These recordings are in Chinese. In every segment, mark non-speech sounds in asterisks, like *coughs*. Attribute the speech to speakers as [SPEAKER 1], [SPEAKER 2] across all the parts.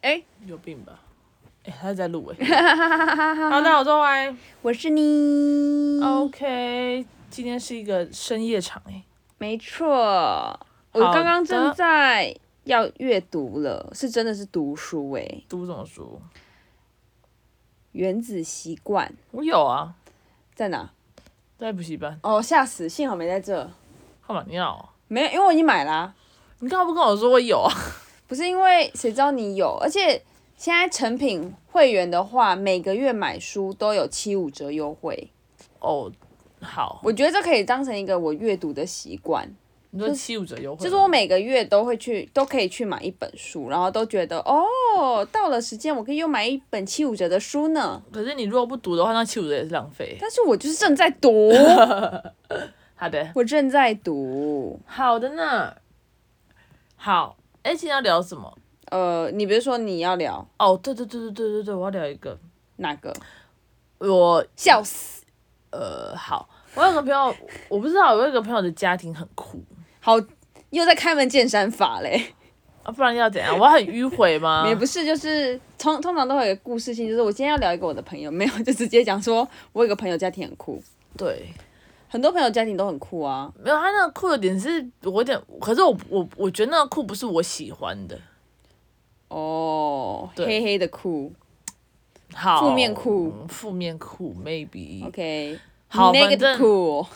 [SPEAKER 1] 哎，
[SPEAKER 2] 有病吧？哎、他在录哎、
[SPEAKER 1] *laughs*
[SPEAKER 2] 好，大家好，我是 Y。
[SPEAKER 1] 我是你，
[SPEAKER 2] OK，今天是一个深夜场哎、
[SPEAKER 1] 没错，我
[SPEAKER 2] 好的
[SPEAKER 1] 刚刚正在要阅读了，是真的是读书诶，《
[SPEAKER 2] 读什么书？
[SPEAKER 1] 原子习惯
[SPEAKER 2] 我有啊，》
[SPEAKER 1] 在哪？
[SPEAKER 2] 在补习班。
[SPEAKER 1] 哦，吓死，幸好没在这，
[SPEAKER 2] 干嘛你要啊？
[SPEAKER 1] 没有，因为我已经买啦、
[SPEAKER 2] 你干嘛不跟我说我有啊？
[SPEAKER 1] 不是因为谁知道你有，而且现在成品会员的话，每个月买书都有七五折优惠，
[SPEAKER 2] 哦，好，
[SPEAKER 1] 我觉得这可以当成一个我阅读的习惯。
[SPEAKER 2] 你说七五折优惠吗，
[SPEAKER 1] 就是我每个月都会去，都可以去买一本书，然后都觉得哦，到了时间我可以又买一本七五折的书呢。
[SPEAKER 2] 可是你如果不读的话，那七五折也是浪费。
[SPEAKER 1] 但是我就是正在读，
[SPEAKER 2] *laughs* 好的，
[SPEAKER 1] 我正在读。
[SPEAKER 2] 好的呢。好，哎、今天要聊什么？
[SPEAKER 1] 呃，你不是说你要聊
[SPEAKER 2] 哦，对对对对对对对，我要聊一个，
[SPEAKER 1] 哪个？
[SPEAKER 2] 我
[SPEAKER 1] 笑死，
[SPEAKER 2] 呃，好，我有个朋友，我不知道，我有一个朋友的家庭很酷
[SPEAKER 1] 好，又在开门见山法嘞。？
[SPEAKER 2] 啊，不然要怎样？我很迂回吗
[SPEAKER 1] *laughs* 也不是，就是通通常都会有一个故事性，就是我今天要聊一个我的朋友，没有就直接讲说我有个朋友家庭很酷，
[SPEAKER 2] 对，
[SPEAKER 1] 很多朋友家庭都很酷啊。
[SPEAKER 2] 没有，他那个酷有点是，我有点，可是我我我觉得那个酷不是我喜欢的，
[SPEAKER 1] 哦，
[SPEAKER 2] 对
[SPEAKER 1] 黑黑的酷
[SPEAKER 2] 好，
[SPEAKER 1] 负面酷
[SPEAKER 2] 嗯负面酷，maybe，、
[SPEAKER 1] ，OK，
[SPEAKER 2] 好，反
[SPEAKER 1] negative
[SPEAKER 2] 正
[SPEAKER 1] 酷。哦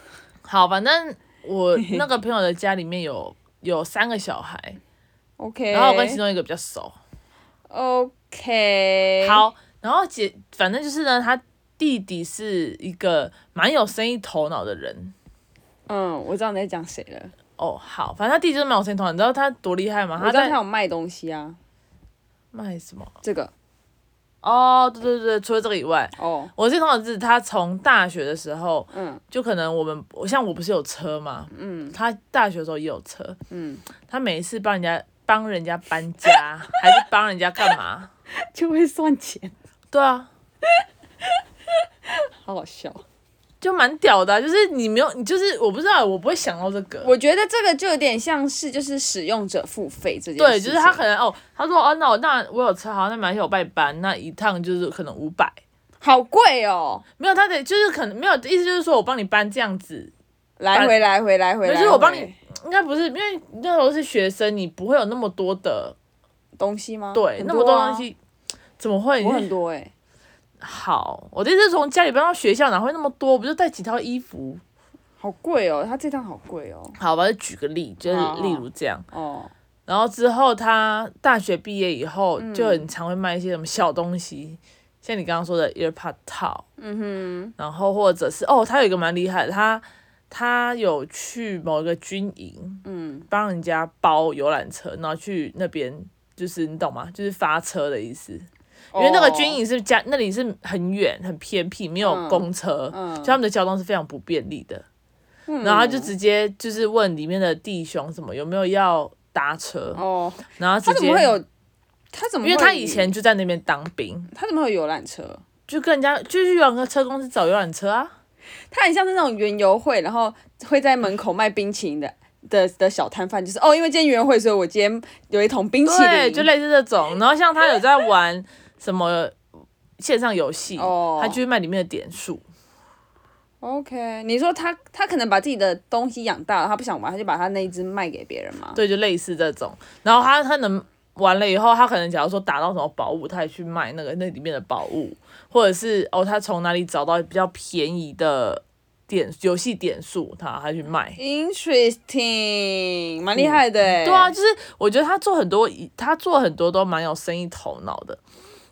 [SPEAKER 2] 好，反正我那个朋友的家里面
[SPEAKER 1] *laughs*
[SPEAKER 2] 有有三个小孩，
[SPEAKER 1] OK，
[SPEAKER 2] 然后我跟其中一个比较熟，
[SPEAKER 1] OK，，
[SPEAKER 2] 好，然后姐，反正就是呢，他弟弟是一个蛮有生意头脑的人。
[SPEAKER 1] 嗯，我知道你在讲谁了，
[SPEAKER 2] 哦，好，反正他弟就是蛮有生意头脑，你知道他多厉害吗？
[SPEAKER 1] 我
[SPEAKER 2] 他
[SPEAKER 1] 知道
[SPEAKER 2] 在
[SPEAKER 1] 他有卖东西啊，
[SPEAKER 2] 卖什么？
[SPEAKER 1] 这个
[SPEAKER 2] 哦，对对对，除了这个以外，
[SPEAKER 1] 哦，
[SPEAKER 2] 我最头脑是他从大学的时候，
[SPEAKER 1] 嗯
[SPEAKER 2] 就可能我们，我像我不是有车嘛，
[SPEAKER 1] 嗯
[SPEAKER 2] 他大学的时候也有车， *laughs*
[SPEAKER 1] 嗯，
[SPEAKER 2] 他每一次帮人家帮人家搬家，还是帮人家干
[SPEAKER 1] *laughs*
[SPEAKER 2] 嘛？
[SPEAKER 1] 就会算钱，
[SPEAKER 2] 对啊，
[SPEAKER 1] 好好笑。
[SPEAKER 2] 就蛮屌的啊、就是你没有，你就是我不知道，我不会想到这个。
[SPEAKER 1] 我觉得这个就有点像是就是使用者付费这件事情，
[SPEAKER 2] 对，就是他可能哦，他说哦，那我那我有车，好，那没关系，我帮你搬，那一趟就是可能五百，
[SPEAKER 1] 好贵哦，
[SPEAKER 2] 没有，他得就是可能没有，意思就是说我帮你搬这样子，
[SPEAKER 1] 来回来回来回
[SPEAKER 2] 可
[SPEAKER 1] 来回，
[SPEAKER 2] 是我帮你，应该不是，因为那时候是学生，你不会有那么多的
[SPEAKER 1] 东西吗？
[SPEAKER 2] 对、
[SPEAKER 1] 很
[SPEAKER 2] 那么多
[SPEAKER 1] 啊
[SPEAKER 2] 东，西，怎么会？
[SPEAKER 1] 我很多哎、
[SPEAKER 2] 好，我这次从家里搬到学校，哪会那么多？我不就带几套衣服？
[SPEAKER 1] 好贵哦，他这趟好贵哦，
[SPEAKER 2] 好吧，就举个例，就是
[SPEAKER 1] 好好
[SPEAKER 2] 例如这样。
[SPEAKER 1] 哦，
[SPEAKER 2] 然后之后他大学毕业以后，
[SPEAKER 1] 嗯
[SPEAKER 2] 就很常会卖一些什么小东西，像你刚刚说的 earpod 套，
[SPEAKER 1] 嗯
[SPEAKER 2] 然后或者是哦，他有一个蛮厉害的，他他有去某一个军营
[SPEAKER 1] 哼，嗯，
[SPEAKER 2] 帮人家包游览车，然后去那边就是你懂吗？就是发车的意思，因为那个军
[SPEAKER 1] 哦，
[SPEAKER 2] 营是家那里是很远很偏僻，没有
[SPEAKER 1] 嗯
[SPEAKER 2] 公车，
[SPEAKER 1] 嗯
[SPEAKER 2] 所以他们的交通是非常不便利的。
[SPEAKER 1] 嗯
[SPEAKER 2] 然后他就直接就是问里面的弟兄什么有没有要搭车，
[SPEAKER 1] 哦，
[SPEAKER 2] 然后
[SPEAKER 1] 他
[SPEAKER 2] 直
[SPEAKER 1] 怎
[SPEAKER 2] 接
[SPEAKER 1] 么会有？他怎么
[SPEAKER 2] 因
[SPEAKER 1] 会？
[SPEAKER 2] 为他以前就在那边当兵，
[SPEAKER 1] 他怎么会有游览车？
[SPEAKER 2] 就跟人家就去游览车公司找游览车啊。
[SPEAKER 1] 他很像是那种园游会，然后会在门口卖冰淇淋的的的小摊贩，就是哦，因为今天园游会，所以我今天有一桶冰淇
[SPEAKER 2] 对，
[SPEAKER 1] 淋，
[SPEAKER 2] 就类似这种。然后像他有在玩什么线上游戏，
[SPEAKER 1] 哦
[SPEAKER 2] 他就会卖里面的点数。
[SPEAKER 1] OK。你说他他可能把自己的东西养大了，他不想玩，他就把他那一只卖给别人嘛？
[SPEAKER 2] 对，就类似这种。然后他他能完了以后，他可能假如说打到什么宝物，他也去卖那个那里面的宝物，或者是哦，他从哪里找到比较便宜的点游戏点数，他他去卖。
[SPEAKER 1] Interesting，蛮厉害的、欸
[SPEAKER 2] 对啊，，就是我觉得他做很多，他做很多都蛮有生意头脑的。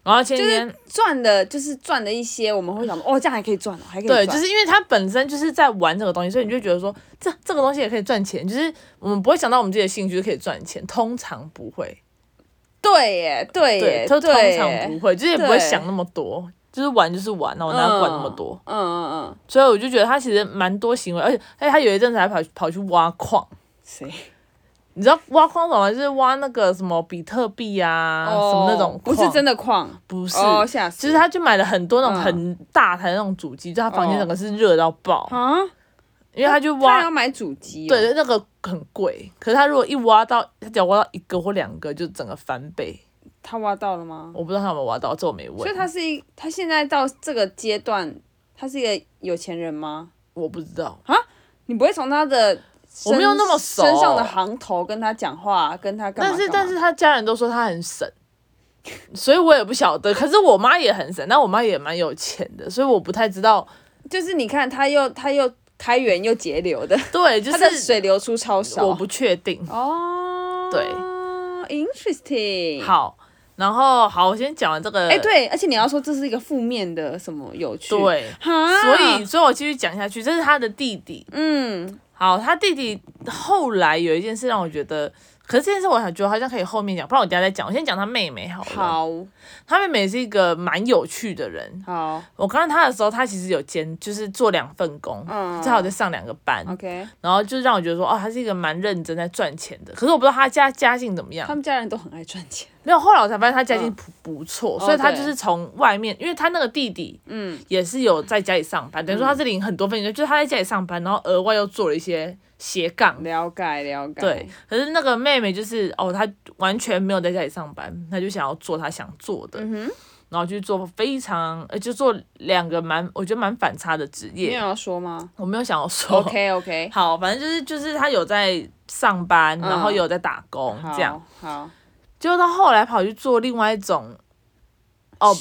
[SPEAKER 2] 然后前几
[SPEAKER 1] 就是
[SPEAKER 2] 天、
[SPEAKER 1] 赚的，就是赚的一些，我们会想说，哦，这样还可以赚哦，还可以
[SPEAKER 2] 对，
[SPEAKER 1] 赚。
[SPEAKER 2] 就是因为他本身就是在玩这个东西，所以你就觉得说这这个东西也可以赚钱，就是我们不会想到我们自己的兴趣就可以赚钱，通常不会，
[SPEAKER 1] 对耶，对耶，
[SPEAKER 2] 就通
[SPEAKER 1] 对
[SPEAKER 2] 常不
[SPEAKER 1] 耶
[SPEAKER 2] 会，就是也不会
[SPEAKER 1] 对
[SPEAKER 2] 想那么多，就是玩就是玩，然后哪管那么多？
[SPEAKER 1] 嗯嗯嗯，
[SPEAKER 2] 所以我就觉得他其实蛮多行为，而且而且他有一阵子还跑跑去挖矿。
[SPEAKER 1] 谁？
[SPEAKER 2] 你知道挖矿什么？就是挖那个什么比特币啊，什么那种
[SPEAKER 1] 哦不是
[SPEAKER 2] 矿
[SPEAKER 1] 真的矿，
[SPEAKER 2] 不是，
[SPEAKER 1] 哦，吓死！
[SPEAKER 2] 其实他就买了很多那种
[SPEAKER 1] 嗯
[SPEAKER 2] 很大台的那种主机，就他房间
[SPEAKER 1] 哦
[SPEAKER 2] 整个是热到爆，
[SPEAKER 1] 啊，
[SPEAKER 2] 因为他就
[SPEAKER 1] 他
[SPEAKER 2] 挖
[SPEAKER 1] 还要买主机、哦，
[SPEAKER 2] 对，那个很贵，可是他如果一挖到，他只要挖到一个或两个，就整个翻倍。
[SPEAKER 1] 他挖到了吗？
[SPEAKER 2] 我不知道他有没有挖到，这我没问。
[SPEAKER 1] 所以他是一，他现在到这个阶段，他是一个有钱人吗？
[SPEAKER 2] 我不知道，
[SPEAKER 1] 你不会从他的
[SPEAKER 2] 我
[SPEAKER 1] 身
[SPEAKER 2] 没有那么熟
[SPEAKER 1] 身上的行头跟他讲话，跟他干嘛
[SPEAKER 2] 但是但
[SPEAKER 1] 干嘛
[SPEAKER 2] 是他家人都说他很省，所以我也不晓得。可是我妈也很省，但我妈也蛮有钱的，所以我不太知道。
[SPEAKER 1] 就是你看他又他又开源又节流的，
[SPEAKER 2] 对，就
[SPEAKER 1] 他的
[SPEAKER 2] 是
[SPEAKER 1] 水流出超少。
[SPEAKER 2] 我不确定。
[SPEAKER 1] 哦，
[SPEAKER 2] 对
[SPEAKER 1] ，interesting。，
[SPEAKER 2] 好，然后好，我先讲完这个。
[SPEAKER 1] 哎、对，而且你要说这是一个负面的什么有趣？，
[SPEAKER 2] 对，
[SPEAKER 1] 哈，
[SPEAKER 2] 所以所以我继续讲下去，这是他的弟弟。
[SPEAKER 1] 嗯，
[SPEAKER 2] 好，他弟弟后来有一件事让我觉得，可是这件事我想觉得好像可以后面讲，不然我等一下再讲。我先讲他妹妹好了。，
[SPEAKER 1] 好
[SPEAKER 2] 他妹妹是一个蛮有趣的人。
[SPEAKER 1] 好
[SPEAKER 2] 我看到他的时候，他其实有兼就是做两份工，
[SPEAKER 1] 嗯哦
[SPEAKER 2] 至少在上两个班，
[SPEAKER 1] ，OK，
[SPEAKER 2] 然后就让我觉得说，哦，他是一个蛮认真在赚钱的。可是我不知道他家家境怎么样
[SPEAKER 1] 他，们家人都很爱赚钱。
[SPEAKER 2] 没有。后来我才发现他家境
[SPEAKER 1] 嗯
[SPEAKER 2] 不、不错，
[SPEAKER 1] 哦
[SPEAKER 2] 所以他就
[SPEAKER 1] 对
[SPEAKER 2] 是从外面，因为他那个弟弟，嗯，也是有在家里上班，等于说
[SPEAKER 1] 嗯
[SPEAKER 2] 他是领很多份钱，就是他在家里上班，然后额外又做了一些斜杠。
[SPEAKER 1] 了解了解，
[SPEAKER 2] 对，，可是那个妹妹就是哦，她完全没有在家里上班，她就想要做她想做的，
[SPEAKER 1] 嗯哼，
[SPEAKER 2] 然后去做非常呃，就做两个蛮我觉得蛮反差的职
[SPEAKER 1] 你有
[SPEAKER 2] 业。
[SPEAKER 1] 要说吗
[SPEAKER 2] 我没有想要说
[SPEAKER 1] ？OK OK，
[SPEAKER 2] *laughs* 好，反正就是就是她有在上班，然后
[SPEAKER 1] 嗯
[SPEAKER 2] 也有在打工、这样，
[SPEAKER 1] 好，
[SPEAKER 2] 结果到后来跑去做另外一种。哦，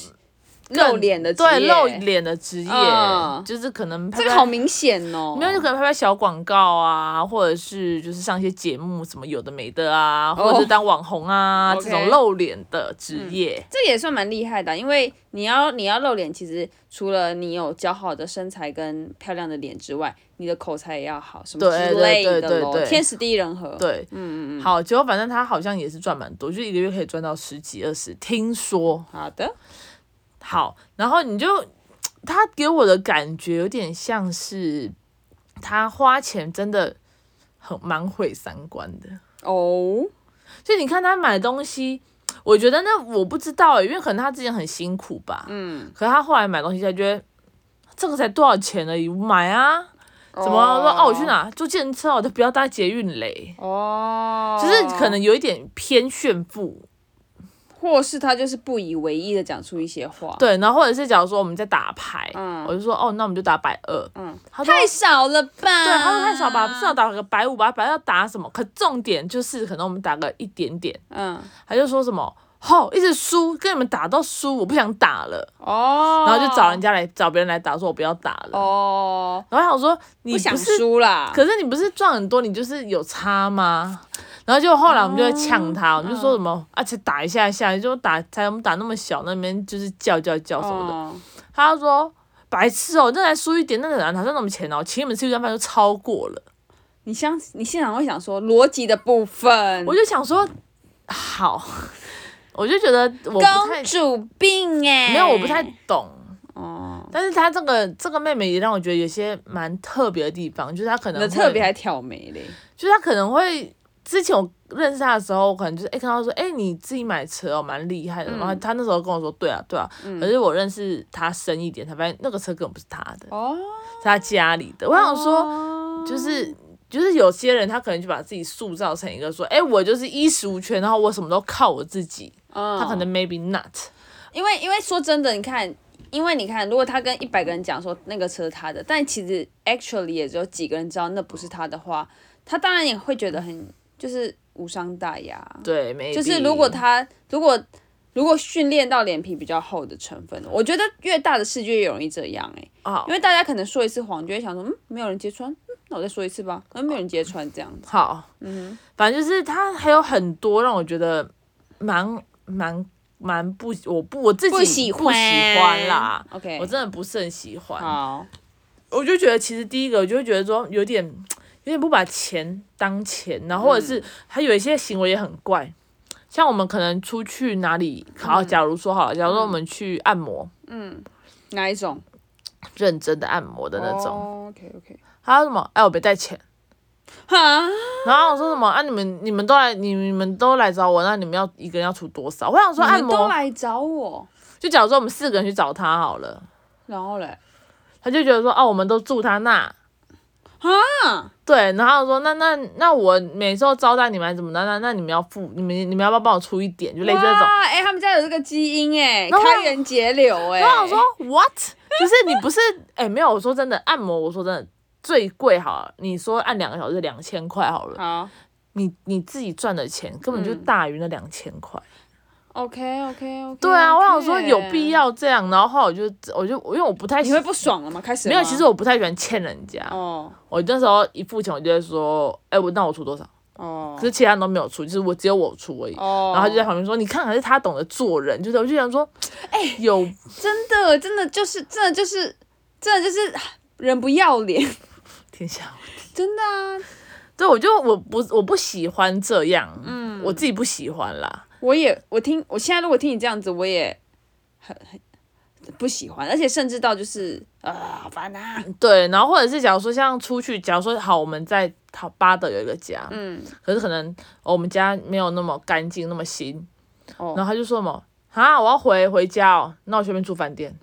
[SPEAKER 2] 更
[SPEAKER 1] 露脸的职业
[SPEAKER 2] 对露，脸的职业，
[SPEAKER 1] 嗯
[SPEAKER 2] 就是可能拍
[SPEAKER 1] 这个
[SPEAKER 2] 拍
[SPEAKER 1] 好明显哦，
[SPEAKER 2] 没有，就可能拍拍小广告啊，或者是就是上一些节目什么有的没的啊，
[SPEAKER 1] 哦
[SPEAKER 2] 或者是当网红啊
[SPEAKER 1] OK 嗯
[SPEAKER 2] 这种露脸的职业。
[SPEAKER 1] 这也算蛮厉害的啊、因为你要你要露脸，其实除了你有姣好的身材跟漂亮的脸之外，你的口才也要好，什么
[SPEAKER 2] 对
[SPEAKER 1] 之类
[SPEAKER 2] 对对
[SPEAKER 1] 的
[SPEAKER 2] 对
[SPEAKER 1] 咯，
[SPEAKER 2] 对
[SPEAKER 1] 天时地利人和。，
[SPEAKER 2] 对，嗯嗯嗯，好，结果反正他好像也是赚蛮多，就一个月可以赚到十几二十，听说。
[SPEAKER 1] 好的，
[SPEAKER 2] 好，然后你就他给我的感觉有点像是他花钱真的很蛮毁三观的。
[SPEAKER 1] 哦，
[SPEAKER 2] 所以你看他买东西，我觉得那我不知道、欸，因为可能他之前很辛苦吧，嗯，可是他后来买东西，他觉得这个才多少钱而已，我买啊，怎么了说哦、我去？哪坐电车啊，我都不要搭捷运嘞，
[SPEAKER 1] 哦，
[SPEAKER 2] 就是可能，有一点偏炫富，
[SPEAKER 1] 或是他就是不以为意的讲出一些话，
[SPEAKER 2] 对，然后或者是假如说我们在打牌，
[SPEAKER 1] 嗯
[SPEAKER 2] 我就说哦，那我们就打百二，嗯，他说
[SPEAKER 1] 太少了吧？
[SPEAKER 2] 对，
[SPEAKER 1] 对
[SPEAKER 2] 他说太少吧，至少打个百五吧，百要打什么？可重点就是可能我们打个一点点，
[SPEAKER 1] 嗯，
[SPEAKER 2] 他就说什么。吼、一直输，跟你们打到输，我不想打了。
[SPEAKER 1] 哦，
[SPEAKER 2] 然后就找人家来找别人来打，说我不要打了。
[SPEAKER 1] 哦，
[SPEAKER 2] 然后我想说你
[SPEAKER 1] 不想啊
[SPEAKER 2] 是，
[SPEAKER 1] 输啦，
[SPEAKER 2] 可是你不是赚很多，你就是有差吗？然后就后来我们就会呛他，我们就
[SPEAKER 1] 哦
[SPEAKER 2] 说什么，而且打一下下，就打才我们打那么小，那边就是叫叫叫什么的。
[SPEAKER 1] 嗯
[SPEAKER 2] 他就说白痴哦，那才输一点，那哪哪赚那么钱哦？请你们吃一顿饭就超过了。
[SPEAKER 1] 你相你现场会想说逻辑的部分，
[SPEAKER 2] 我就想说，好，我就觉得我不太
[SPEAKER 1] 公主病哎、
[SPEAKER 2] 没有，我不太懂。
[SPEAKER 1] 哦，
[SPEAKER 2] 但是他这个这个妹妹也让我觉得有些蛮特别的地方，就是她可
[SPEAKER 1] 你
[SPEAKER 2] 能
[SPEAKER 1] 的
[SPEAKER 2] 会
[SPEAKER 1] 特别还挑眉嘞，
[SPEAKER 2] 就是他可能会之前我认识他的时候，我可能就是哎、诶看到说哎、诶你自己买车哦，蛮厉
[SPEAKER 1] 嗯
[SPEAKER 2] 害的。然后他那时候跟我说对啊对啊，可是我认识他深一点，才发现那个车根本不是他的，
[SPEAKER 1] 哦，
[SPEAKER 2] 是他家里的。我想说，
[SPEAKER 1] 说
[SPEAKER 2] 就是。就是有些人他可能就把自己塑造成一个说，哎、我就是衣食无缺，然后我什么都靠我自己。他
[SPEAKER 1] 他
[SPEAKER 2] 可能 maybe not，
[SPEAKER 1] 因为因为说真的，你看，因为你看，如果他跟一百个人讲说那个车是他的，但其实 actually 也只有几个人知道那不是他的话，他当然也会觉得很就是无伤大雅，
[SPEAKER 2] 对，maybe
[SPEAKER 1] 就是如果他如果如果训练到脸皮比较厚的成分，我觉得越大的世界越容易这样哎、
[SPEAKER 2] 好
[SPEAKER 1] 因为大家可能说一次谎，就会想说，嗯，没有人揭穿，嗯，那我再说一次吧，嗯，没有人揭穿这样子。
[SPEAKER 2] 好，
[SPEAKER 1] 嗯
[SPEAKER 2] 反正就是他还有很多让我觉得蛮蛮蛮不，我不我自己
[SPEAKER 1] 不喜
[SPEAKER 2] 不喜欢啦。
[SPEAKER 1] ，OK，
[SPEAKER 2] 我真的不是很喜欢，
[SPEAKER 1] 好，
[SPEAKER 2] 我就觉得其实第一个，我就会觉得说有点有点不把钱当钱，然后或者是
[SPEAKER 1] 嗯
[SPEAKER 2] 他有一些行为也很怪，像我们可能出去哪里，好，
[SPEAKER 1] 嗯
[SPEAKER 2] 假如说好了，假如说我们去按摩，
[SPEAKER 1] 哪一种哦
[SPEAKER 2] 认真的按摩的那种，
[SPEAKER 1] ？OK OK，
[SPEAKER 2] 还有什么？哎，我没带钱，
[SPEAKER 1] 哈，
[SPEAKER 2] 然后我说什么啊？你们你们都来，你你们都来找我，那你们要一个人要出多少？我想说
[SPEAKER 1] 你
[SPEAKER 2] 按
[SPEAKER 1] 们都
[SPEAKER 2] 摩，
[SPEAKER 1] 来找我，
[SPEAKER 2] 就假如说我们四个人去找他好了，
[SPEAKER 1] 然后嘞，
[SPEAKER 2] 他就觉得说哦，我们都住他那，对，然后他说那那那我每次都招待你们还是怎么的，那那你们要付，你们你们要不要帮我出一点，就类似这种。
[SPEAKER 1] 哇，哎、他们家有这个基因哎、
[SPEAKER 2] 然后我
[SPEAKER 1] 开源节流哎、
[SPEAKER 2] 然后我说 what？就是你不是哎、没有，我说真的，按摩我说真的最贵好了，你说按两个小时两千块好了，
[SPEAKER 1] 好嗯
[SPEAKER 2] 你你自己赚的钱根本就大于那两千块。
[SPEAKER 1] ，OK OK OK。
[SPEAKER 2] 对啊，我想说有必。要这样，然后后来我就我就因为我不太
[SPEAKER 1] 你会不爽了吗？开始
[SPEAKER 2] 没有，
[SPEAKER 1] 吗
[SPEAKER 2] 其实我不太喜欢欠人家，
[SPEAKER 1] 哦
[SPEAKER 2] 我那时候一付钱我就会说，哎、我那我出多少？
[SPEAKER 1] 哦
[SPEAKER 2] 可是其他人都没有出，就是我只有我出而已。
[SPEAKER 1] 哦，
[SPEAKER 2] 然后他就在旁边说：“你看，还是他懂得做人。”就是我就想说，哎、有
[SPEAKER 1] 真的真的就是真的就是真的就是啊人不要脸，
[SPEAKER 2] 天下无
[SPEAKER 1] 真的啊，
[SPEAKER 2] 对，我就我不我不喜欢这样，嗯，我自己不喜欢啦。
[SPEAKER 1] 我也我听我现在如果听你这样子，我也很很不喜欢，而且甚至到就是啊，好烦啊，
[SPEAKER 2] 对，然后或者是假如说像出去，假如说好，我们在好巴德有一个家，
[SPEAKER 1] 嗯，
[SPEAKER 2] 可是可能、哦我们家没有那么干净那么新，
[SPEAKER 1] 哦
[SPEAKER 2] 然后他就说什么啊，我要回回家哦，那我随便住饭店，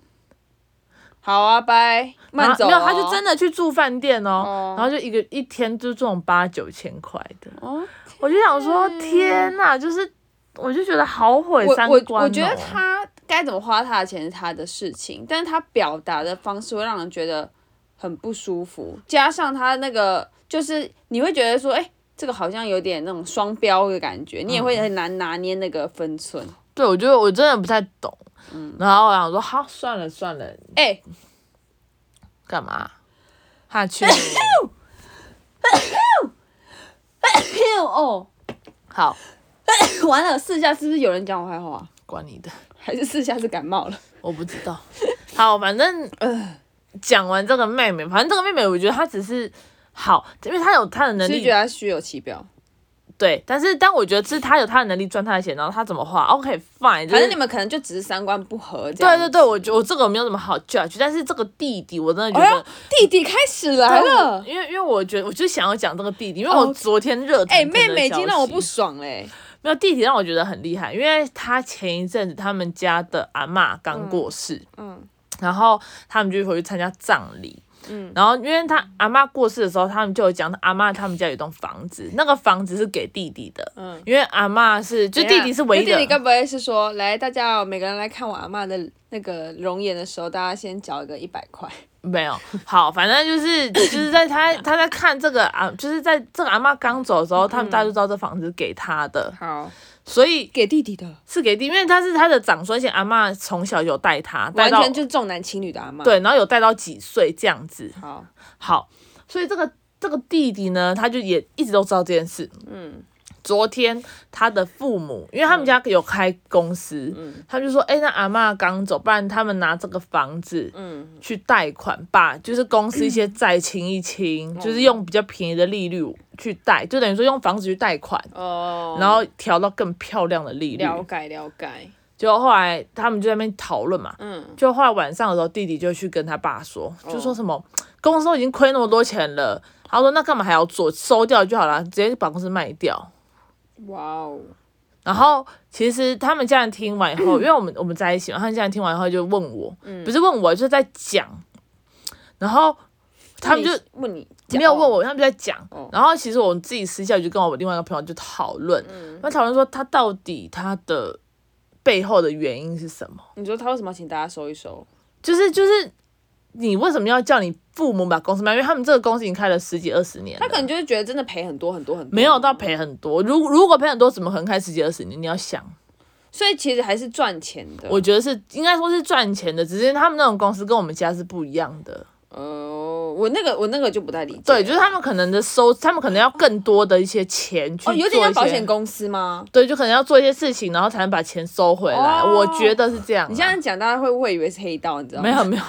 [SPEAKER 1] 好啊，拜，慢走、哦
[SPEAKER 2] 然后没有，他就真的去住饭店哦，
[SPEAKER 1] 哦
[SPEAKER 2] 然后就一个一天就这种八九千块的，
[SPEAKER 1] 哦，啊
[SPEAKER 2] 我就想说天哪，就是我就觉得好毁
[SPEAKER 1] 我
[SPEAKER 2] 三观、哦
[SPEAKER 1] 我我觉得他该怎么花他的钱是他的事情，但是他表达的方式会让人觉得很不舒服，加上他那个就是你会觉得说，哎、这个好像有点那种双标的感觉，你也会很难拿捏那个分寸。
[SPEAKER 2] 对，我觉得我真的不太懂。
[SPEAKER 1] 嗯
[SPEAKER 2] 然后我想说，好，算了算了，
[SPEAKER 1] 哎、
[SPEAKER 2] 干嘛？哈去。
[SPEAKER 1] *laughs* 哦， *coughs*
[SPEAKER 2] 好，
[SPEAKER 1] 完了，试一下是不是有人讲我坏话，
[SPEAKER 2] 管你的，
[SPEAKER 1] 还是试一下是感冒了？ *laughs*
[SPEAKER 2] 我不知道。 *laughs* 好，反正呃，讲完这个妹妹，反正这个妹妹，我觉得她只是好，因为她有她的能
[SPEAKER 1] 是
[SPEAKER 2] 力
[SPEAKER 1] 觉，得他虚有其表，
[SPEAKER 2] 对。但是，但我觉得是她有她的能力赚她的钱，然后她怎么花，OK fine 就是。
[SPEAKER 1] 反正你们可能就只是三观不合这样。
[SPEAKER 2] 对对对，我觉我这个没有什么好 judge，但是这个弟弟我真的觉
[SPEAKER 1] 哎呀
[SPEAKER 2] 得，
[SPEAKER 1] 弟弟开始来了，
[SPEAKER 2] 因为因为我觉得我就想要讲这个弟弟，因为我
[SPEAKER 1] 哦
[SPEAKER 2] 昨天热腾
[SPEAKER 1] 哎、
[SPEAKER 2] 腾的
[SPEAKER 1] 妹妹已
[SPEAKER 2] 消
[SPEAKER 1] 经让我
[SPEAKER 2] 息
[SPEAKER 1] 不爽嘞、
[SPEAKER 2] 没有弟弟让我觉得很厉害，因为他前一阵子他们家的阿嬷刚过世，嗯，然后他们就回去参加葬礼，嗯，然后因为他阿嬷过世的时候，他们就有讲阿嬷他们家有一栋房子，那个房子是给弟弟的，嗯，因为阿嬷是就弟弟是唯一
[SPEAKER 1] 那弟弟该
[SPEAKER 2] 的，
[SPEAKER 1] 不会是说，来大家哦每个人来看我阿嬷的那个容颜的时候，大家先缴一个一百块？
[SPEAKER 2] 没有好，反正就是就是在他他在看这个阿，就是在这个阿嬷刚走的时候，他们大家就知道这房子给他的，
[SPEAKER 1] *laughs* 好，
[SPEAKER 2] 所以。
[SPEAKER 1] 给弟弟的，
[SPEAKER 2] 是给弟，因为他是他的长孙，而且阿嬷从小有带他，带
[SPEAKER 1] 完
[SPEAKER 2] 到
[SPEAKER 1] 全就是重男轻女的阿嬷。，
[SPEAKER 2] 对，然后有带到几岁这样子。
[SPEAKER 1] 好，
[SPEAKER 2] 好，所以这个这个弟弟呢，他就也一直都知道这件事。嗯，昨天他的父母，因为
[SPEAKER 1] 嗯
[SPEAKER 2] 他们家有开公司，他们就说，哎、那阿嬷刚走，不然他们拿这个房子，
[SPEAKER 1] 嗯，
[SPEAKER 2] 去贷款把就是公司一些债清一清，
[SPEAKER 1] 哦
[SPEAKER 2] 就是用比较便宜的利率去贷，就等于说用房子去贷款。
[SPEAKER 1] 哦，
[SPEAKER 2] 然后调到更漂亮的利率，
[SPEAKER 1] 了解了解，
[SPEAKER 2] 就后来他们就在那边讨论嘛，
[SPEAKER 1] 嗯，
[SPEAKER 2] 就后来晚上的时候，弟弟就去跟他爸说，
[SPEAKER 1] 哦
[SPEAKER 2] 就说什么、公司都已经亏那么多钱了，他说那干嘛还要做，收掉就好了，直接把公司卖掉。
[SPEAKER 1] 嗯哇哦，
[SPEAKER 2] 然后其实他们家人听完
[SPEAKER 1] *clears throat*
[SPEAKER 2] 以后，因为我们我们在一起嘛，他们家人听完以后就问我，
[SPEAKER 1] 嗯
[SPEAKER 2] 不是问我，就是在讲，然后他们就
[SPEAKER 1] 问你问你讲，
[SPEAKER 2] 没有问我，他们就在讲
[SPEAKER 1] 哦。
[SPEAKER 2] 然后其实我自己私下就跟我另外一个朋友就讨论，
[SPEAKER 1] 嗯
[SPEAKER 2] 那讨论说他到底他的背后的原因是什么。
[SPEAKER 1] 哦，你说他为什么要请大家收一收？
[SPEAKER 2] 就是就是，你为什么要叫你父母把公司卖？因为他们这个公司已经开了十几二十年了，
[SPEAKER 1] 他可能就是觉得真的赔很多很多很多，
[SPEAKER 2] 没有到，赔很多。如如果赔很多，怎么可能开十几二十年？你要想，
[SPEAKER 1] 嗯所以其实还是赚钱的。
[SPEAKER 2] 我觉得是应该说是赚钱的，只是他们那种公司跟我们家是不一样的。
[SPEAKER 1] 哦，我那个我那个就不太理解，
[SPEAKER 2] 对，就是他们可能的收，他们可能要更多的一些钱去
[SPEAKER 1] 哦，有点
[SPEAKER 2] 做一
[SPEAKER 1] 像
[SPEAKER 2] 些
[SPEAKER 1] 保险。公司吗？
[SPEAKER 2] 对，就可能要做一些事情，然后才能把钱收回来。
[SPEAKER 1] 哦
[SPEAKER 2] 我觉得是这样啊、
[SPEAKER 1] 你这样讲，大家会误会以为是黑道，你知道吗？
[SPEAKER 2] 没有没有，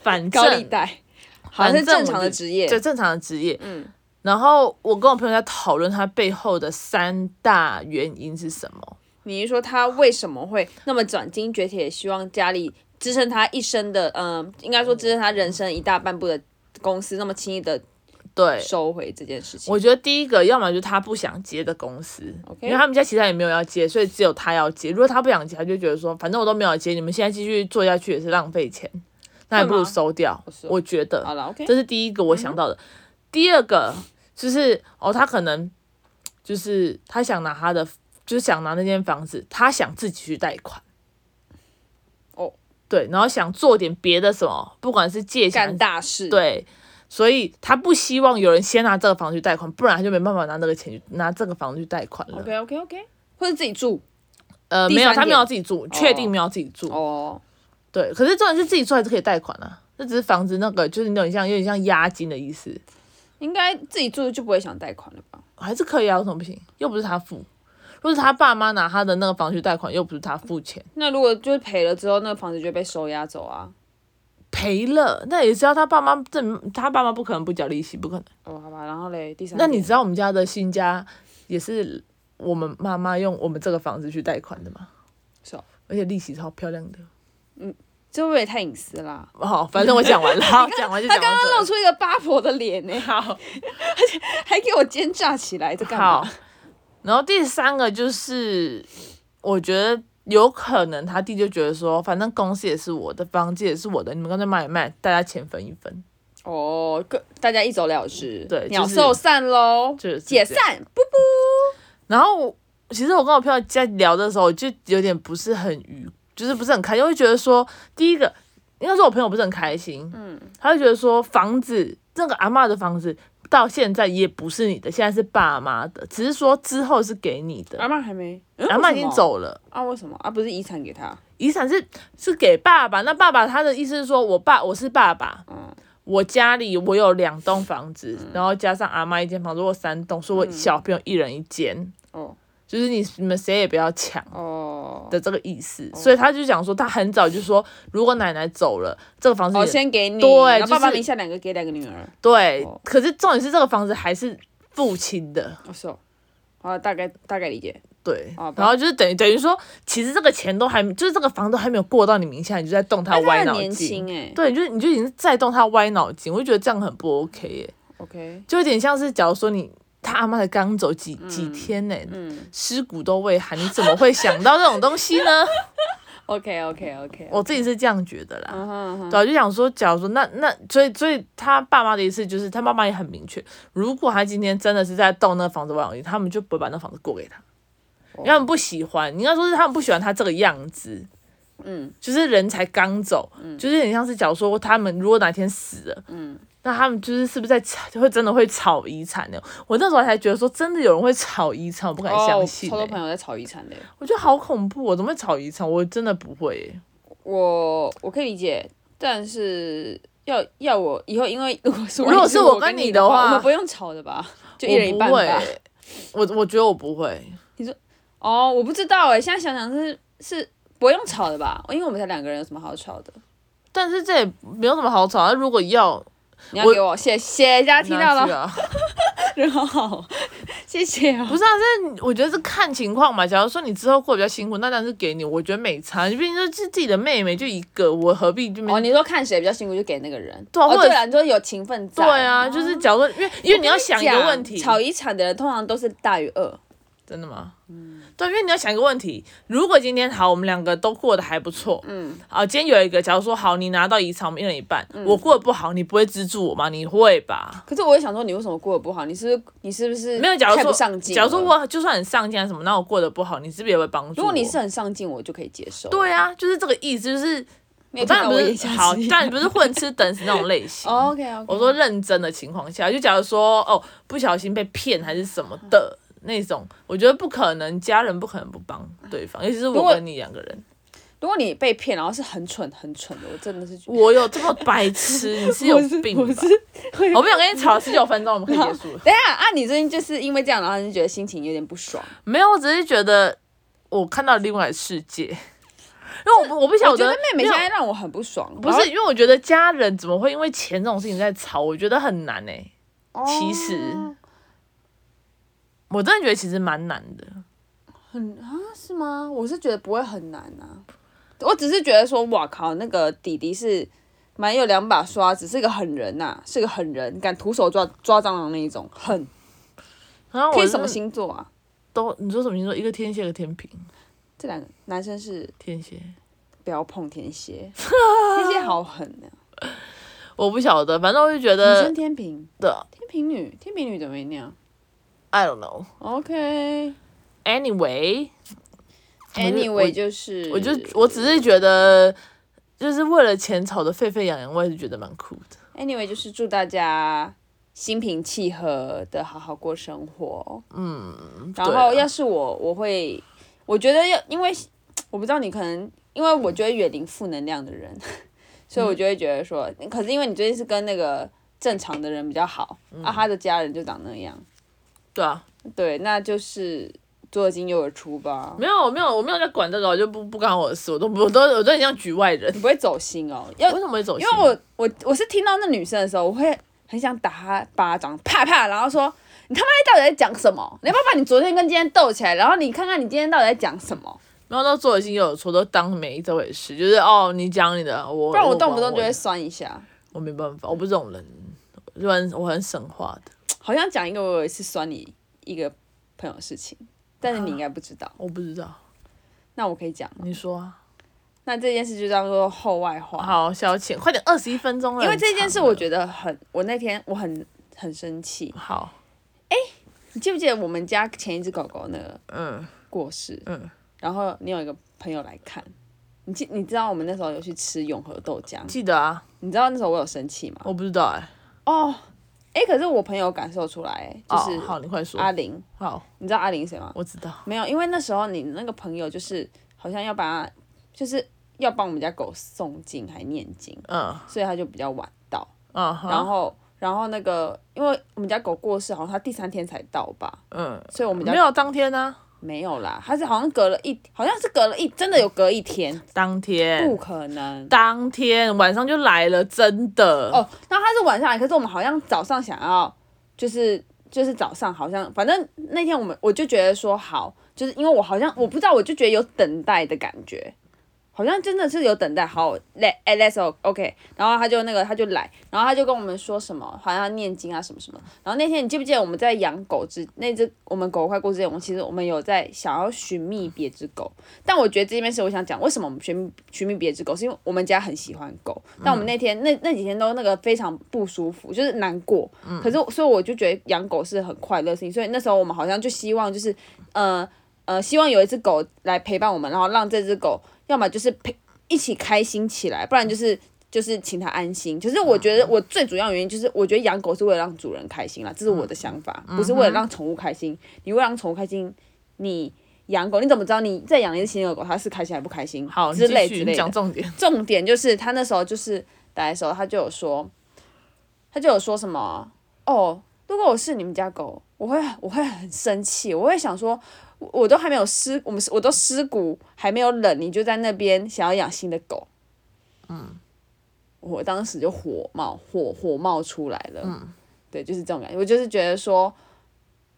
[SPEAKER 2] 反
[SPEAKER 1] 高利
[SPEAKER 2] 正 *laughs*
[SPEAKER 1] 贷，好像是正常的职业。
[SPEAKER 2] 对正常的职业。
[SPEAKER 1] 嗯
[SPEAKER 2] 然后我跟我朋友在讨论它背后的三大原因是什么。
[SPEAKER 1] 你是说他为什么会那么转筋绝铁，希望家里支撑他一生的，嗯、应该说支撑他人生一大半部的公司那么轻易的
[SPEAKER 2] 对，
[SPEAKER 1] 收回这件事情？
[SPEAKER 2] 我觉得第一个，要么就是他不想接的公司
[SPEAKER 1] OK
[SPEAKER 2] 因为他们家其他也没有要接，所以只有他要接。如果他不想接，他就觉得说，反正我都没有接，你们现在继续做下去也是浪费钱，那还不如
[SPEAKER 1] 会吗哦
[SPEAKER 2] 收掉
[SPEAKER 1] 不是。
[SPEAKER 2] 我觉得，
[SPEAKER 1] 好了，OK，
[SPEAKER 2] 这是第一个我想到的。第二个就是哦，他可能就是他想拿他的，就是想拿那间房子，他想自己去贷款。
[SPEAKER 1] 哦，
[SPEAKER 2] 对，然后想做点别的什么，不管是借钱
[SPEAKER 1] 干大事。，
[SPEAKER 2] 对，所以他不希望有人先拿这个房子去贷款，不然他就没办法拿那个钱去拿这个房子去贷款了。
[SPEAKER 1] OK OK OK，或者自己住
[SPEAKER 2] 呃，
[SPEAKER 1] 哦第
[SPEAKER 2] 没有，
[SPEAKER 1] 三
[SPEAKER 2] 他没有
[SPEAKER 1] 点
[SPEAKER 2] 要自己住，确定没有要自己住。
[SPEAKER 1] 哦，
[SPEAKER 2] 对，可是重点是自己住还是可以贷款啊，这只是房子那个就是有点像有点像押金的意思，
[SPEAKER 1] 应该自己住就不会想贷款了吧？
[SPEAKER 2] 还是可以啊，为什么不行？又不是他付，如果是他爸妈拿他的那个房子去贷款，又不是他付钱，
[SPEAKER 1] 那如果就是赔了之后，那个房子就被收押走啊？
[SPEAKER 2] 赔了，那也知道他爸妈这他爸妈不可能不缴利息，不可能。
[SPEAKER 1] 哦，好吧，然后嘞，第三
[SPEAKER 2] 那
[SPEAKER 1] 点，
[SPEAKER 2] 你知道我们家的新家也是我们妈妈用我们这个房子去贷款的吗？
[SPEAKER 1] 是哦
[SPEAKER 2] 而且利息超漂亮的。
[SPEAKER 1] 这会不会也太隐私啦？
[SPEAKER 2] 好、反正我讲
[SPEAKER 1] *laughs*
[SPEAKER 2] 完了，好讲完就讲
[SPEAKER 1] 他
[SPEAKER 2] 完
[SPEAKER 1] 刚刚露
[SPEAKER 2] 这。
[SPEAKER 1] 出一个八婆的脸呢、
[SPEAKER 2] *laughs*
[SPEAKER 1] *laughs*
[SPEAKER 2] 好，
[SPEAKER 1] 还给我奸诈起来，这干嘛？
[SPEAKER 2] 好。然后第三个就是，我觉得有可能他弟就觉得说，反正公司也是我的，房子也是我的，你们干脆卖一卖，大家钱分一分，
[SPEAKER 1] 哦，各大家一走了之，
[SPEAKER 2] 对
[SPEAKER 1] 鸟
[SPEAKER 2] 就是
[SPEAKER 1] 兽散喽，
[SPEAKER 2] 就是这
[SPEAKER 1] 解
[SPEAKER 2] 样。
[SPEAKER 1] 散，不不，
[SPEAKER 2] 然后我其实我跟我朋友在聊的时候，我就有点不是很愉，就是不是很开心，因为觉得说，第一个应该说我朋友不是很开心，嗯，他就觉得说房子那个阿嬷的房子到现在也不是你的，现在是爸妈的，只是说之后是给你的，
[SPEAKER 1] 阿妈还没，嗯
[SPEAKER 2] 阿嬷已
[SPEAKER 1] 为什
[SPEAKER 2] 经
[SPEAKER 1] 么
[SPEAKER 2] 走了。
[SPEAKER 1] 啊？为什么啊？不是遗产给他？
[SPEAKER 2] 遗产是是给爸爸，那爸爸他的意思是说，我爸我是爸爸，
[SPEAKER 1] 嗯
[SPEAKER 2] 我家里我有两栋房子，然后加上阿妈一间房子，我有三栋，所以
[SPEAKER 1] 嗯
[SPEAKER 2] 我小朋友一人一间，
[SPEAKER 1] 哦
[SPEAKER 2] 就是你你们谁也不要抢，
[SPEAKER 1] 哦
[SPEAKER 2] 的这个意思，所以他就想说，他很早就说，如果奶奶走了，这个房子
[SPEAKER 1] 哦，
[SPEAKER 2] 也、
[SPEAKER 1] 先给你，
[SPEAKER 2] 对
[SPEAKER 1] 然后爸
[SPEAKER 2] 就
[SPEAKER 1] 爸
[SPEAKER 2] 是
[SPEAKER 1] 名下两个给两个女儿，
[SPEAKER 2] 对、
[SPEAKER 1] 哦
[SPEAKER 2] 可是重点是这个房子还是父亲的，
[SPEAKER 1] 哦是哦，啊，大概大概理解，
[SPEAKER 2] 对，
[SPEAKER 1] 哦好吧
[SPEAKER 2] 然后就是等于等于说，其实这个钱都还没，就是这个房都还没有过到你名下，你就在动他
[SPEAKER 1] 哎
[SPEAKER 2] 的歪
[SPEAKER 1] 他
[SPEAKER 2] 脑
[SPEAKER 1] 很年
[SPEAKER 2] 筋，
[SPEAKER 1] 轻哎
[SPEAKER 2] 对，你就你就已经在动他的歪脑筋，我就觉得这样很不 OK 耶、
[SPEAKER 1] ，OK，
[SPEAKER 2] 就有点像是假如说你他阿妈才刚走几、几天呢、
[SPEAKER 1] 嗯
[SPEAKER 2] 尸骨都未寒，你怎么会想到这种东西呢？ *laughs*
[SPEAKER 1] ，OK OK OK，
[SPEAKER 2] 我自己是这样觉得啦，
[SPEAKER 1] 嗯哼嗯哼
[SPEAKER 2] 对啊、就想说，假如说那那，所以所以他爸妈的意思就是，他爸妈也很明确，如果他今天真的是在动那个房子玩游戏，他们就不会把那房子过给他，
[SPEAKER 1] 哦
[SPEAKER 2] 因为他们不喜欢，应该说是他们不喜欢他这个样子，
[SPEAKER 1] 嗯，
[SPEAKER 2] 就是人才刚走，就是很像是假如说他们如果哪天死了，
[SPEAKER 1] 嗯
[SPEAKER 2] 那他们就是是不是在吵，会真的会吵遗产呢？我那时候才觉得说，真的有人会吵遗产，我不敢
[SPEAKER 1] 哦，
[SPEAKER 2] 相
[SPEAKER 1] 我
[SPEAKER 2] 信、
[SPEAKER 1] 超多
[SPEAKER 2] 欸
[SPEAKER 1] 朋友在吵遗产的，
[SPEAKER 2] 我觉得好恐怖、哦，我怎么会吵遗产？我真的不会、欸
[SPEAKER 1] 我我可以理解，但是要要我以后，因为如果是
[SPEAKER 2] 如果是我跟
[SPEAKER 1] 跟
[SPEAKER 2] 你的
[SPEAKER 1] 的
[SPEAKER 2] 话
[SPEAKER 1] 我们不用吵的吧？就一人一
[SPEAKER 2] 我
[SPEAKER 1] 半
[SPEAKER 2] 不会、
[SPEAKER 1] 吧。
[SPEAKER 2] 欸我我觉得我不会，
[SPEAKER 1] 哦，我不知道哎，现在想想是是不用吵的吧？因为我们才两个人，有什么好吵的？
[SPEAKER 2] 但是这也没有什么好吵。那如果要，
[SPEAKER 1] 你要
[SPEAKER 2] 我
[SPEAKER 1] 给我谢谢，大家听到
[SPEAKER 2] 拿去
[SPEAKER 1] *laughs* 了，
[SPEAKER 2] 啊？ *laughs*
[SPEAKER 1] 人好好，谢谢啊。
[SPEAKER 2] 不是啊，这我觉得是看情况嘛。假如说你之后过得比较辛苦，那当然是给你。我觉得没差，毕竟就是自己的妹妹就一个，我何必就没？
[SPEAKER 1] 哦，你说看谁比较辛苦就给那个人。
[SPEAKER 2] 对啊
[SPEAKER 1] 哦
[SPEAKER 2] 或者
[SPEAKER 1] 对了，你说有情分在。
[SPEAKER 2] 对啊，就是假如说，因为因为你要想一个
[SPEAKER 1] 讲
[SPEAKER 2] 问题，
[SPEAKER 1] 吵遗产的人通常都是大于二。
[SPEAKER 2] 真的吗？
[SPEAKER 1] 嗯
[SPEAKER 2] 对，因为你要想一个问题，如果今天好，我们两个都过得还不错，嗯，啊，今天有一个，假如说好，你拿到遗产，我们一人一半，
[SPEAKER 1] 嗯
[SPEAKER 2] 我过得不好，你不会资助我吗？你会吧？
[SPEAKER 1] 可是我也想说，你为什么过得不好？你是不是你是不是
[SPEAKER 2] 没有，假如
[SPEAKER 1] 太不
[SPEAKER 2] 说，
[SPEAKER 1] 上进了？
[SPEAKER 2] 假如说我就算很上进啊什么，那我过得不好，你是不是也会帮助我？
[SPEAKER 1] 如果你是很上进，我就可以接受。
[SPEAKER 2] 对啊，就是这个意思，就是
[SPEAKER 1] 没有
[SPEAKER 2] 当然
[SPEAKER 1] 听到
[SPEAKER 2] 不
[SPEAKER 1] 我言
[SPEAKER 2] 是
[SPEAKER 1] 下
[SPEAKER 2] 好
[SPEAKER 1] 之意，
[SPEAKER 2] 当
[SPEAKER 1] *laughs*
[SPEAKER 2] 然不是混吃等死那种类型。
[SPEAKER 1] 哦 OK OK，
[SPEAKER 2] *laughs* 我说认真的情况下，就假如说哦不小心被骗还是什么的那种，我觉得不可能，家人不可能不帮对方，尤其是
[SPEAKER 1] 如
[SPEAKER 2] 我
[SPEAKER 1] 果
[SPEAKER 2] 跟你两个人，
[SPEAKER 1] 如果你被骗，然后是很蠢很蠢的，我真的是觉得
[SPEAKER 2] 我有这么白痴，你是有
[SPEAKER 1] 我是
[SPEAKER 2] 病
[SPEAKER 1] 我
[SPEAKER 2] 吧
[SPEAKER 1] 是？
[SPEAKER 2] 我不想跟你吵十九分钟，我们可以结
[SPEAKER 1] *laughs*
[SPEAKER 2] 束了。
[SPEAKER 1] 等一下啊，你最近就是因为这样，然后你就觉得心情有点不爽。
[SPEAKER 2] 没有，我只是觉得我看到另外的世界，因为我不我不晓
[SPEAKER 1] 我觉得妹妹
[SPEAKER 2] 没有
[SPEAKER 1] 现在让我很不爽，
[SPEAKER 2] 啊不是因为我觉得家人怎么会因为钱这种事情在吵，我觉得很难哎、
[SPEAKER 1] 然后
[SPEAKER 2] 其实
[SPEAKER 1] 哦
[SPEAKER 2] 我真的觉得其实蛮难的。
[SPEAKER 1] 很啊是吗？我是觉得不会很难啊，我只是觉得说，哇靠，那个弟弟是。蛮有两把刷子，是个狠人呐、啊是个狠人，敢徒手抓抓蟑螂那一种，狠。
[SPEAKER 2] 然后我
[SPEAKER 1] 偏
[SPEAKER 2] 是
[SPEAKER 1] 什么星座啊？
[SPEAKER 2] 都你说什么星座？一个天蝎，一个天平。
[SPEAKER 1] 这两个男生是
[SPEAKER 2] 天蝎， *laughs*
[SPEAKER 1] 不要碰天蝎，天蝎好狠啊！
[SPEAKER 2] 我不晓得，反正我就觉
[SPEAKER 1] 女
[SPEAKER 2] 得
[SPEAKER 1] 生天平，
[SPEAKER 2] 的
[SPEAKER 1] 天平女，天平女怎么会那样
[SPEAKER 2] ，I don't know。
[SPEAKER 1] ？OK。
[SPEAKER 2] Anyway，
[SPEAKER 1] Anyway，就是
[SPEAKER 2] 我就我只是觉得，就是为了钱吵得沸沸扬扬，我也是觉得蛮酷的。
[SPEAKER 1] Anyway，就是祝大家心平气和的好好过生活。嗯，然
[SPEAKER 2] 对啊
[SPEAKER 1] 后要是我，我会，我觉得要，因为我不知道你可能，因为我就会远离负能量的人， *laughs*
[SPEAKER 2] 嗯
[SPEAKER 1] 所以我就会觉得说，可是因为你最近是跟那个正常的人比较好，
[SPEAKER 2] 嗯
[SPEAKER 1] 啊，他的家人就长那样，
[SPEAKER 2] 对啊，
[SPEAKER 1] 对，那就是左耳进右耳出吧。
[SPEAKER 2] 没有我没有我没有在管这个，我就不不干我的事，我都我都我都很像局外人
[SPEAKER 1] 你。不会走心哦，要
[SPEAKER 2] 为什么会走心？
[SPEAKER 1] 因为我我我是听到那女生的时候，我会很想打她巴掌，啪啪，然后说你他妈到底在讲什么？你要不要把你昨天跟今天斗起来，然后你看看你今天到底在讲什么？
[SPEAKER 2] 没有到做的心有错，都当没这回事，就是哦，你讲你的，我
[SPEAKER 1] 不
[SPEAKER 2] 不
[SPEAKER 1] 然我动不动就会
[SPEAKER 2] 我
[SPEAKER 1] 酸一下。
[SPEAKER 2] 我没办法，我不是这种人，我就很我很省话的，
[SPEAKER 1] 好像讲一个我有一次酸你一个朋友的事情，但是你应该不知道，
[SPEAKER 2] 我不知道，
[SPEAKER 1] 那我可以讲吗。
[SPEAKER 2] 你说啊，
[SPEAKER 1] 那这件事就当做后外话，
[SPEAKER 2] 好消遣，快点，二十一分钟了，
[SPEAKER 1] 因为这件事
[SPEAKER 2] 很
[SPEAKER 1] 我觉得很，我那天我很很生气。
[SPEAKER 2] 长了好，
[SPEAKER 1] 你记不记得我们家前一只狗狗那个
[SPEAKER 2] 嗯
[SPEAKER 1] 过世，
[SPEAKER 2] 嗯，
[SPEAKER 1] 然后你有一个朋友来看，你记你知道我们那时候有去吃永和豆浆，
[SPEAKER 2] 记得啊，
[SPEAKER 1] 你知道那时候我有生气吗？
[SPEAKER 2] 我不知道哎、
[SPEAKER 1] 哦，哎、可是我朋友感受出来，就是啊
[SPEAKER 2] 哦、好，你快说，
[SPEAKER 1] 阿玲，
[SPEAKER 2] 好，
[SPEAKER 1] 你知道阿玲谁吗？
[SPEAKER 2] 我知道，
[SPEAKER 1] 没有，因为那时候你那个朋友就是好像要把，就是要帮我们家狗送进还念经，
[SPEAKER 2] 嗯
[SPEAKER 1] 所以他就比较晚到，
[SPEAKER 2] 嗯，
[SPEAKER 1] 然
[SPEAKER 2] 好，
[SPEAKER 1] 后然后那个因为我们家狗过世，好像它第三天才到吧，
[SPEAKER 2] 嗯，
[SPEAKER 1] 所以我们家
[SPEAKER 2] 没有当天啊呢、
[SPEAKER 1] 没有啦，它是好像隔了一，好像是隔了一，真的有隔一天，
[SPEAKER 2] 当天
[SPEAKER 1] 不，可能。
[SPEAKER 2] 当天晚上就来了，真的，
[SPEAKER 1] 哦，那他是晚上来，可是我们好像早上想要，就是就是早上好像，反正那天我们我就觉得说好，就是因为我好像我不知道，我就觉得有等待的感觉，好像真的是有等待。好，let eh, let's o- OK，然后他就那个他就来，然后他就跟我们说什么，好像要念经啊什么什么。然后那天你记不记得我们在养狗之那只我们狗快过世之前，我们其实我们有在想要寻觅别只狗，但我觉得这件事我想讲，为什么我们寻觅寻觅别只狗，是因为我们家很喜欢狗，但我们那天、那那几天都那个非常不舒服，就是难过。
[SPEAKER 2] 嗯
[SPEAKER 1] 可是所以我就觉得养狗是很快乐的事情，所以那时候我们好像就希望就是呃呃，希望有一只狗来陪伴我们，然后让这只狗要么就是陪一起开心起来，不然就是。就是请它安心，可是我觉
[SPEAKER 2] 嗯
[SPEAKER 1] 得我最主要原因就是，我觉得养狗是为了让主人开心啦，这是我的
[SPEAKER 2] 嗯
[SPEAKER 1] 想法，不是为了让宠物开心。你为了让宠物开心，你养狗，你怎么知道你在养一只新手狗，它是开心还不开心？
[SPEAKER 2] 好，你
[SPEAKER 1] 之类
[SPEAKER 2] 继
[SPEAKER 1] 之
[SPEAKER 2] 续，
[SPEAKER 1] 类
[SPEAKER 2] 你讲
[SPEAKER 1] 的。
[SPEAKER 2] 重点，
[SPEAKER 1] *laughs* 重点就是他那时候就是来的时候，他就有说，他就有说什么哦，如果我是你们家狗，我会我会很生气，我会想说，我我都还没有尸，我们我都尸骨还没有冷，你就在那边想要养新的狗，嗯，我当时就火冒火火冒出来了，嗯，对，就是这种感觉，我就是觉得说。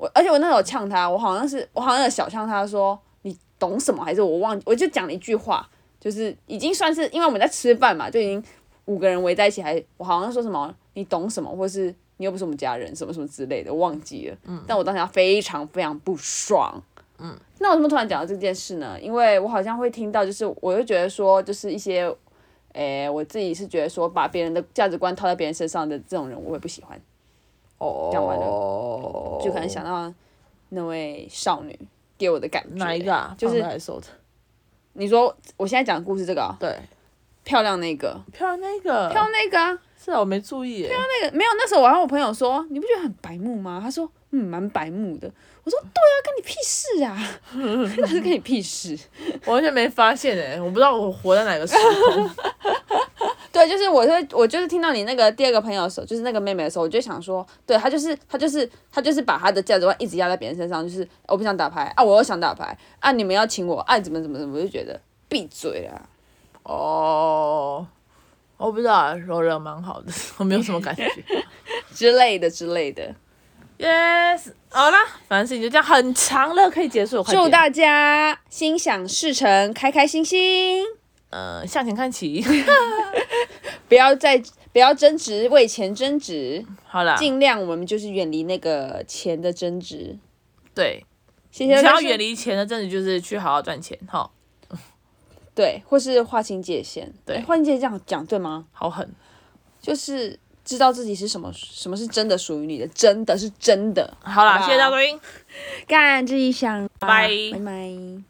[SPEAKER 1] 我而且我那时候呛他，我好像是我好像有小呛他说你懂什么，还是我忘记，我就讲了一句话，就是已经算是因为我们在吃饭嘛，就已经五个人围在一起还，我好像说什么你懂什么，或是你又不是我们家人，什么什么之类的，我忘记了。嗯，但我当时非常非常不爽。嗯，那我怎么突然讲到这件事呢？因为我好像会听到，就是我就觉得说，就是一些，诶、我自己是觉得说，把别人的价值观套在别人身上的这种人，我也不喜欢。
[SPEAKER 2] 哦
[SPEAKER 1] 讲完了就可能想到那位少女给我的感觉。
[SPEAKER 2] 哪一个？啊？
[SPEAKER 1] 就是
[SPEAKER 2] 来收的，
[SPEAKER 1] 你说我现在讲的故事这个哦、
[SPEAKER 2] 对，
[SPEAKER 1] 漂亮那个，
[SPEAKER 2] 漂亮那个，
[SPEAKER 1] 漂亮那个啊。
[SPEAKER 2] 是啊，我没注意耶，
[SPEAKER 1] 那个没有，那时候我还跟我朋友说，你不觉得很白目吗？他说，嗯，蛮白目的。我说，对啊，跟你屁事啊， *laughs* 那是跟你屁事。
[SPEAKER 2] 我完全没发现哎，我不知道我活在哪个时空，
[SPEAKER 1] 对，就是我会，我就是听到你那个第二个朋友的时候，就是那个妹妹的时候，我就想说，对她就是她就是她就是把她的价值观一直压在别人身上，就是我不想打牌啊，我又想打牌啊，你们要请我啊，怎么怎么怎么，我就觉得闭嘴啊啦。
[SPEAKER 2] 哦，我不知道啊，我人蛮好的，我没有什么感觉
[SPEAKER 1] 之类的之类的，
[SPEAKER 2] ，yes，好啦，反正事情就这样，很长了，可以结束，快
[SPEAKER 1] 祝
[SPEAKER 2] 点，
[SPEAKER 1] 大家心想事成，开开心心，
[SPEAKER 2] 呃，向前看齐，
[SPEAKER 1] 不要再不要争执，为钱争执。
[SPEAKER 2] 好啦，
[SPEAKER 1] 尽量我们就是远离那个钱的争执。
[SPEAKER 2] 对，
[SPEAKER 1] 谢谢。
[SPEAKER 2] 想要
[SPEAKER 1] 但是
[SPEAKER 2] 远离钱的，真的就是去好好赚钱，哈，
[SPEAKER 1] 对，或是划清界限。哎
[SPEAKER 2] 对
[SPEAKER 1] 诶划清界限这样讲对吗？
[SPEAKER 2] 好狠，
[SPEAKER 1] 就是知道自己是什么，什么是真的属于你的，真的是真的。
[SPEAKER 2] 好
[SPEAKER 1] 好
[SPEAKER 2] 啦，
[SPEAKER 1] 不好
[SPEAKER 2] 谢谢大龟。
[SPEAKER 1] 干自己想，
[SPEAKER 2] 拜
[SPEAKER 1] 拜拜。